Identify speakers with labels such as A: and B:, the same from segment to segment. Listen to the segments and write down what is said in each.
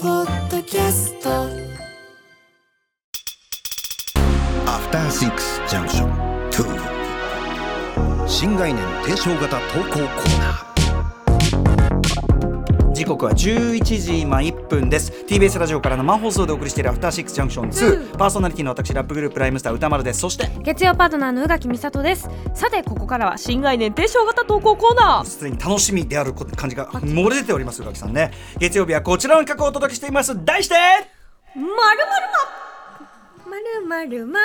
A: ポッドキャスト
B: アフターシックスジャンクション2新概念提唱型投稿コーナー
C: 時刻は11時今1分です TBS ラジオから生放送でお送りしているアフターシックスジャンクション2、パーソナリティの私ラップグループライムスター歌丸ですそして
D: 月曜パートナーの宇垣美里ですさてここからは新概念提唱型投稿コーナー
C: すでに楽しみであること感じが漏れ出ております宇垣さんね月曜日はこちらの企画をお届けしています題して
D: まる
A: まるまるま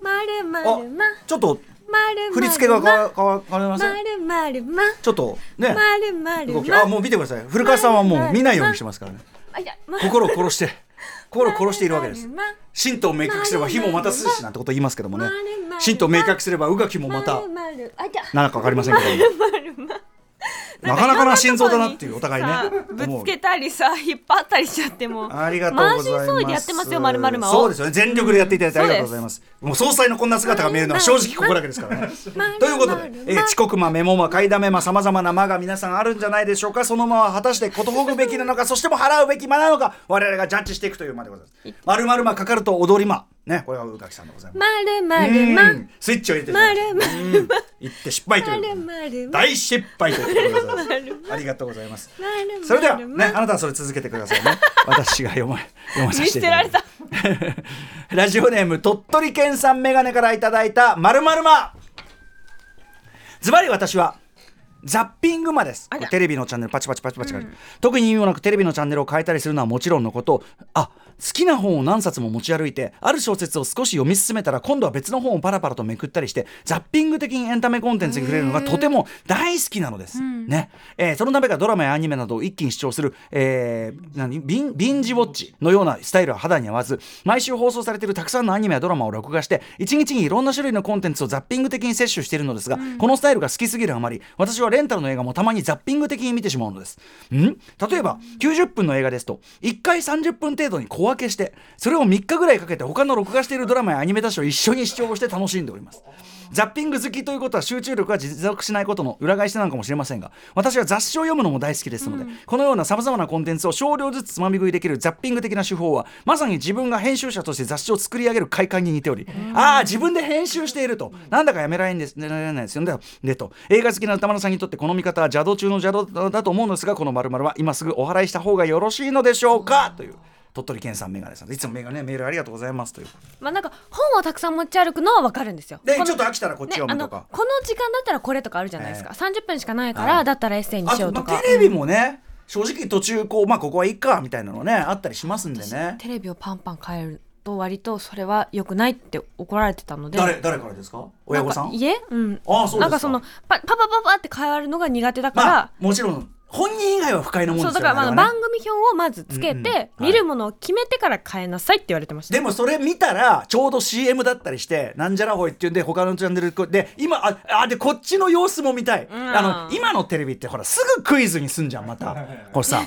A: まるま
C: あ
A: るま
C: ちょっと
A: まる
C: 振り付けが変わ変わ変わりま
A: ま
C: せん
A: るまるま
C: ちょっと
A: ま
C: ね
A: るまる
C: 動き
A: ま
C: あもう見てください古川さんはもう見ないようにしてますからね
D: あいやま
C: 心を殺して心を殺しているわけです
A: まる
C: 神道を明確すれば火もまたすしなんてこと言いますけどもね
A: まるまる
C: 神道を明確すれば宇垣も
A: ま
C: ま
A: る
C: た
A: まるあいや
C: なんかわかりませんけどもなかなかな心臓だなっていうお互い
D: さ
C: ね
D: ぶ
C: 思う
D: つけたりさ引っ張ったりしちゃっても
C: ありがとうございます
D: 満身創痍でやってますよまるまるまを
C: そうですよね全力でやっていただいてありがとうございますもう総裁のこんな姿が見えるのは正直ここだけですからね
A: まる
C: ということ
A: ま
C: で
A: る、
C: えー遅刻魔メモ魔買いだめ魔さまざまな魔が皆さんあるんじゃないでしょうかその魔は果たしてことほぐべきなのかそしても払うべき魔なのか我々がジャッジしていくという魔でございますまるまる魔かかると踊り魔ねこれが宇垣さんでございます
A: まるまるま
C: うんスイッチを入れていただ
A: ま
C: いて
A: るまるま
C: 言って失敗と
A: ま
C: い
A: る
C: う
A: まるま
C: 大失敗ということでございますありがとうございます
A: まる
C: それでは
A: ま
C: ね
A: る
C: あなたはそれ続けてください ね私が読ま読まさ
D: 見
C: せて
D: 捨
C: い
D: て
C: た
D: ら
C: だ
D: れ
C: きま
D: た
C: すラジオネーム鳥取県産メガネからいただいたまるまるまズバリ私はザッピングマです
D: あら
C: テレビのチャンネルパチパチパチパチ、特に意味もなくテレビのチャンネルを変えたりするのはもちろんのことあ好きな本を何冊も持ち歩いてある小説を少し読み進めたら今度は別の本をパラパラとめくったりしてザッピング的にエンタメコンテンツに触れるのがとても大好きなのです、ねえーそのためかドラマやアニメなどを一気に視聴する、えー何ビンビンジウォッチのようなスタイルは肌に合わず毎週放送されているたくさんのアニメやドラマを録画して一日にいろんな種類のコンテンツをザッピング的に摂取しているのですが、このスタイルが好きすぎるあまり私はレンタルの映画もたまにザッピング的に見てしまうのですん例えば90分の映画ですと1回30分程度に小分けしてそれを3日ぐらいかけて他の録画しているドラマやアニメたちを一緒に視聴して楽しんでおりますザッピング好きということは集中力が持続しないことの裏返しなのかもしれませんが私は雑誌を読むのも大好きですので、このようなさまざまなコンテンツを少量ずつつまみ食いできるザッピング的な手法はまさに自分が編集者として雑誌を作り上げる快感に似ており、ああ自分で編集しているとなんだかやめられんですやめられないですよねでと映画好きな歌丸さんにとってこの見方は邪道中の邪道だと思うのですがこの〇〇は今すぐお払いした方がよろしいのでしょうかという鳥取県産メガネさんいつもメガネメールありがとうございますという
D: まあなんか本をたくさん持ち歩くのはわかるんですよ
C: で
D: この
C: ちょっと飽きたらこっち読むとか
D: ねあのこの時間だったらこれとかあるじゃないですか、
C: ええ
D: 30分しかないか
C: は
D: ら
C: い
D: だったらエッセイに
C: あ
D: しよ
C: と
D: うと
C: まあ
D: か
C: テレビもね、正直途中こうまあここはいいかみたいなのねあったりしますんでね
D: テレビをパンパン変えると割とそれは良くないって怒られてたので
C: 誰誰からですか親御さん
D: なんか家うん
C: ああそうですか
D: なんかそのパパパパパって変わるのが苦手だから、
C: まあもちろん本人以外は不快なもんですよ
D: そう
C: ね
D: だから
C: あ
D: まあ
C: れは
D: 番
C: ね
D: 組表をまずつけ
C: うんうんはい
D: て見るものを決めてから変えなさいって言われてました
C: でもそれ見たらちょうど CM だったりしてなんじゃらほいっていうんで他のチャンネルこで今ああでこっちの様子も見たい、
D: ん
C: あの今のテレビってほらすぐクイズにすんじゃんまたこれさ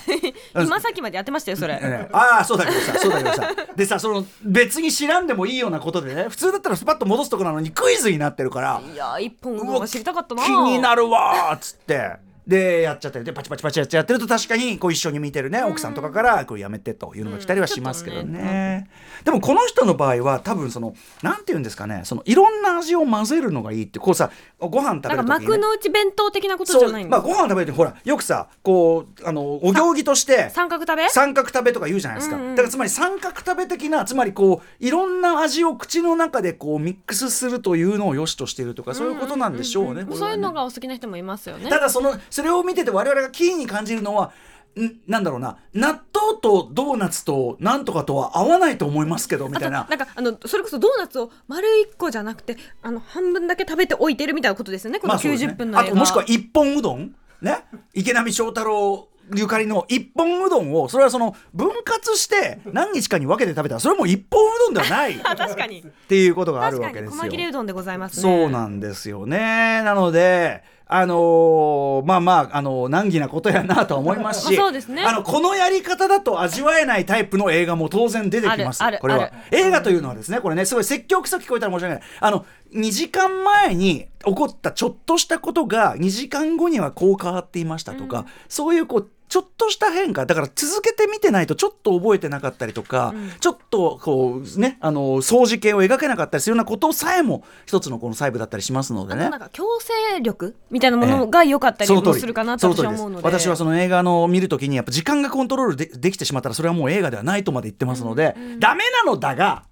D: 今さっきまでやってましたよそれ
C: ねああそうだけどさそうだけどさでさその別に知らんでもいいようなことでね普通だったらスパッと戻すとこなのにクイズになってるから
D: いやー一本のが知りたかったな
C: 気にな
D: る
C: るわーっつってでやっちゃってでパチパチパチやってやってると確かにこう一緒に見てるね奥さんとかからこうやめてというのが来たりはしますけど
D: うんちょっ
C: ね,、でもこの人の場合は多分そのなんて言うんですかねそのいろんな味を混ぜるのがいいってこうさご飯食
D: な
C: べる時
D: んか
C: に、ね
D: 幕、の内弁当的なことじ
C: そ
D: ゃないうん
C: ま
D: だ、
C: あご飯食べる時ほらよくさこうあのお行儀として
D: 三角食べ
C: 三角食べとか言うじゃないですか、
D: うんうん
C: だからつまり三角食べ的なつまりこういろんな味を口の中でこうミックスするというのを良しとしているとかそういうことなんでしょうね,これはね、
D: そういうのがお好きな人もいますよね
C: ただそのそれを見てて我々がキーに感じるのはんなんだろうな納豆とドーナツとなんとかとは合わないと思いますけどみたいな
D: あとなんかあのそれこそドーナツを丸一個じゃなくてあの半分だけ食べておいてるみたいなことですよねこ
C: まあ
D: の
C: そうですね
D: 90分の映画、
C: あともしくは一本うどんね池波正太郎ゆかりの一本うどんをそれはその分割して何日かに分けて食べたらそれはもう一本うどんではないっ
D: あ確かに
C: ていうことがある
D: 確
C: わ
D: か
C: け
D: に
C: です
D: 細
C: よ
D: 切。れうどんでございますね
C: そうなんですよね。なので、あのーまあまあ、あのー難儀なことやなとは思いますし、
D: あそうですね
C: あの、このやり方だと味わえないタイプの映画も当然出てきます。
D: あるある
C: これは
D: ある。
C: 映画というのはですね、これね、すごい説教臭く聞こえたら申し訳ない。あの、2時間前に起こったちょっとしたことが、2時間後にはこう変わっていましたとか、そういうこう、ちょっとした変化だから続けて見てないとちょっと覚えてなかったりとか、ちょっとこうねあの掃除系を描けなかったりするようなことさえも一つのこの細部だったりしますので
D: あと
C: ね
D: なんか強制力みたいなものが良かったり
C: その
D: も
C: 通
D: す
C: り
D: るかな
C: そ
D: と
C: の通
D: 私は
C: りです
D: 思うので
C: 私はその映画の見るときにやっぱ時間がコントロールでできてしまったらそれはもう映画ではないとまで言ってますので、ダメなのだが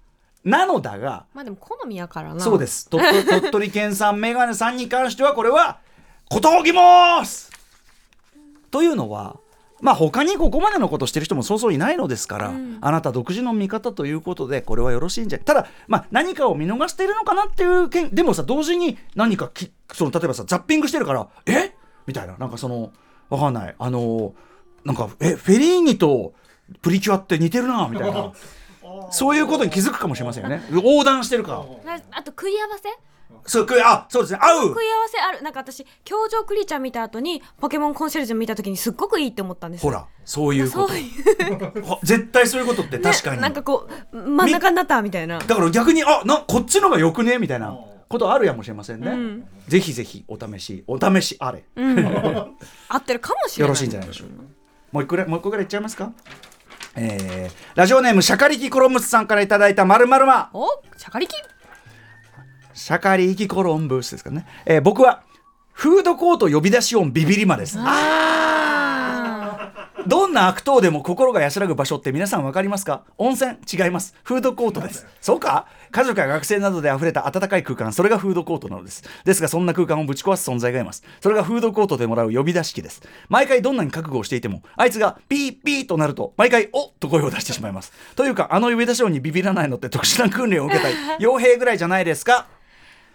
C: なのだが
D: まあでも好みやからな
C: そうです鳥取鳥取県産メガネさんに関してはこれはことをぎますというのはまあ他にここまでのことしてる人もそうそういないのですから、あなた独自の見方ということでこれはよろしいんじゃただ、まあ、何かを見逃しているのかなっていう件でもさ同時に何かきその例えばさザッピングしてるからえみたいななんかそのわかんないあのなんかえフェリーニとプリキュアって似てるなみたいなそういうことに気づくかもしれませんよね横断してるから。
D: なあと食い合わせ
C: そう、くあ、そうですね、合う
D: 食い合わせあるなんか私「教場クリーチャー」見た後に「ポケモンコンシェルジュ」見た時にすっごくいいって思ったんです
C: ほら、そういうこ
D: そういう
C: と。ほ絶対そういうことって
D: ね
C: 確かに。
D: なんかこう真ん中になったみたいな
C: だから逆に、あ、な、こっちのがよくねみたいなことあるやもしれませんね。
D: ん
C: ぜひぜひ、お試し、お試しあれ。
D: 合ってるかもしれな
C: よ
D: い
C: ろしいんじゃないでしょうか。もう一個ぐらい、もう一個ぐらいいっちゃいますかえー、ラジオネーム、シャカリキコロムスさんからいただいたまるまるま。
D: おシャカリキ
C: シャカリキコロンブースですかね。えー僕は、フードコート呼び出し音ビビリマです。どんな悪党でも心が安らぐ場所って皆さん分かりますか温泉違いますフードコートですそうか家族や学生などで溢れた温かい空間それがフードコートなのですですがそんな空間をぶち壊す存在がいますそれがフードコートでもらう呼び出し機です毎回どんなに覚悟をしていてもあいつがピーピーとなると毎回おっと声を出してしまいますというかあの呼び出し音にビビらないのって特殊な訓練を受けたい傭兵ぐらいじゃないですか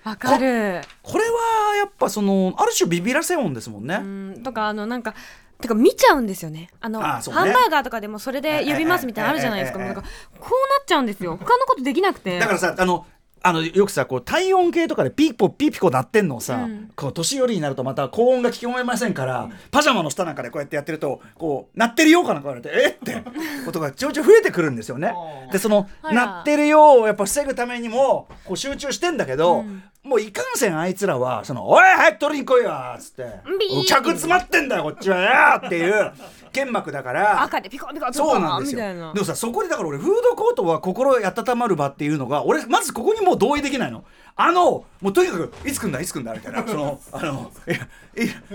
D: わかる
C: これはやっぱそのある種ビビらせ音ですもんね、
D: うんとかあのなんかてか見ちゃうんですよねあの
C: あそうね
D: ハンバーガーとかでもそれで呼びますみたいなのあるじゃないですか
C: えええ
D: もう
C: え
D: なんかこうなっちゃうんですよ他のことできなくて
C: だからさあのあのよくさこう体温計とかでピーポピーピコ鳴ってんのをさ、こう年寄りになるとまた高音が聞き込めませんから、パジャマの下なんかでこうやってやってるとこう鳴ってるようかなんか言われてえっ ってことがちょいちょい増えてくるんですよね。でその
D: あら
C: 鳴ってるようをやっぱ防ぐためにもこう集中してんだけど、もういかんせんあいつらは「そのおい早く取りに来いよ」っつって
D: ビー
C: 「客詰まってんだよこっちはよ」っていう剣幕だから
D: 赤でピコピコピコ
C: そうなんです
D: み
C: よ
D: たいな
C: でもさそこでだから俺フードコートは心温まる場っていうのが俺まずここにもう同意できないのあのもうとにかくいつ来んだいつ来んだみたいなそのあのいやいや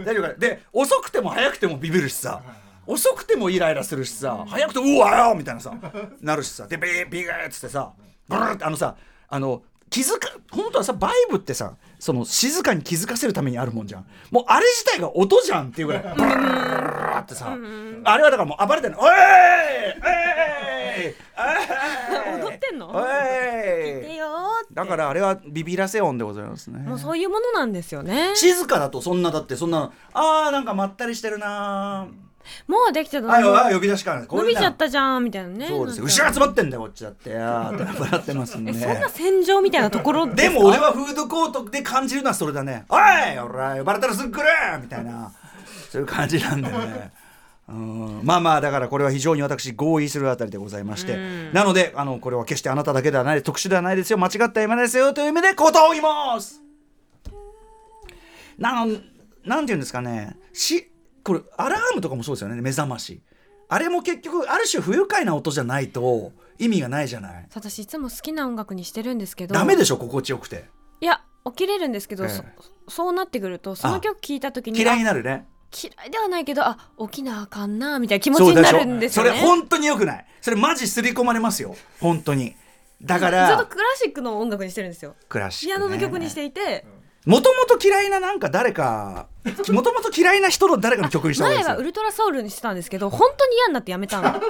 C: 大丈夫かで遅くても早くてもビビるしさ遅くてもイライラするしさ早くてもうわよみたいなさなるしさでビービーっつってさブルーってあのさあの気づか本当はさバイブってさその静かに気づかせるためにあるもんじゃんもうあれ自体が音じゃんっていうぐらいブルーってさあれはだからもう暴れてるの「おいおいおい
D: 踊ってんの
C: お
D: で
C: い
D: よー
C: だからあれはビビらせ音でございますね
D: もうそういうものなんですよね
C: 静かだとそんなだってそんなあーなんかまったりしてるな
D: もうできてた
C: ー
D: の
C: あ
D: に
C: あ呼び出しからこう
D: 伸
C: いう
D: び
C: な
D: ちゃったじゃんみたいなね
C: そうですよ
D: なん
C: 牛
D: か
C: が詰まってんだよこっちだってあーって笑ってますね
D: えそんな戦場みたいなところ
C: です
D: か
C: も俺はフードコートで感じるのはそれだね「おい俺は呼ばれたらすぐ来る!」みたいなそういう感じなんだよね。うんまあまあだからこれは非常に私合意するあたりでございまして、なのであのこれは決してあなただけではない特殊ではないですよ間違った今ですよという意味でことを言いますなのなんていうんですかねしこれアラームとかもそうですよね目覚ましあれも結局ある種不愉快な音じゃないと意味がないじゃない
D: 私いつも好きな音楽にしてるんですけど
C: ダメでしょ心地よくて
D: いや起きれるんですけど、
C: ええ
D: そそうなってくるとその曲聴いた時に
C: 嫌い
D: あ
C: になるね
D: 嫌いではないけどあ起きなあかんなみたいな気持ち
C: そう
D: に
C: で
D: な
C: しょ
D: るんですよね
C: それ本当に良くないそれマジ刷り込まれますよ本当にだか
D: ずっと
C: ら
D: クラシックの音楽にしてるんですよ
C: クラシッ
D: ピ
C: ク
D: ア
C: ね
D: ノの曲にしていて、
C: もともと嫌いななんか誰かもともと嫌いな人の誰かの曲にした方がいい
D: 前
C: です
D: は
C: よ
D: ウルトラソウルにしてたんですけど本当に嫌になってやめた の
C: ウ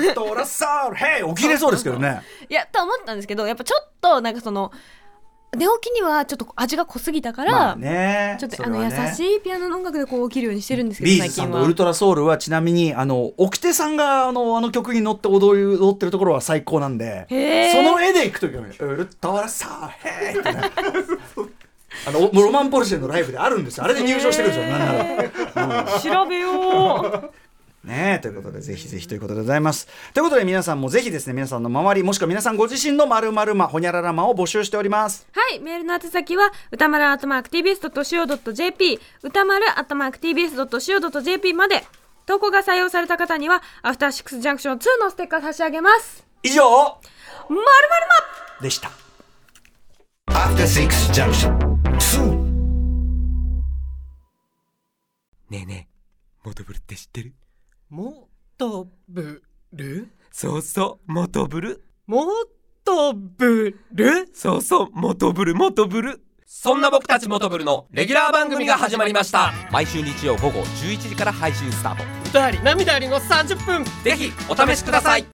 C: ルトラソウルヘイ起きれそうですけどね
D: いやと思ったんですけどやっぱちょっとなんかその寝起きにはちょっと味が濃すぎたから、
C: まあね
D: ちょっと
C: そ
D: あ
C: れ
D: の
C: は
D: 優
C: ね
D: しいピアノの音楽でこう起きるようにしてるんですけど
C: ビー
D: 最
C: ズさ
D: 近
C: ん
D: は
C: とウルトラソウルはちなみにあの奥手さんがあのあの曲に乗って踊る踊ってるところは最高なんで
D: へー
C: その絵でいくときはねウルトラさへーってねあ のロマンポルシェのライブであるんですよあれで入場してくるんですよなんなら。
D: 調べよう
C: ねえということでぜひぜひということでございます。ということで皆さんもぜひですね皆さんの周りもしくは皆さんご自身のまるまるまほにゃららまを募集しております。
D: はい、メールの宛先は、歌丸アットマーク TBS.CO.JP、歌丸アットマーク TBS.CO.JP まで、投稿が採用された方には、アフターシックスジャンクション2のステッカー差し上げます。
C: 以上
D: まるまるま
C: でした。
B: After Six Junction 2
E: ねえねえモトブルって知ってる
F: もとぶる
E: そうそうモトブル
F: もとぶる
E: そうそうモトブルモトブルそんな僕たちモトブルのレギュラー番組が始まりました毎週日曜午後11時から配信スタート
F: 歌あり涙ありの30分
E: ぜひお試しください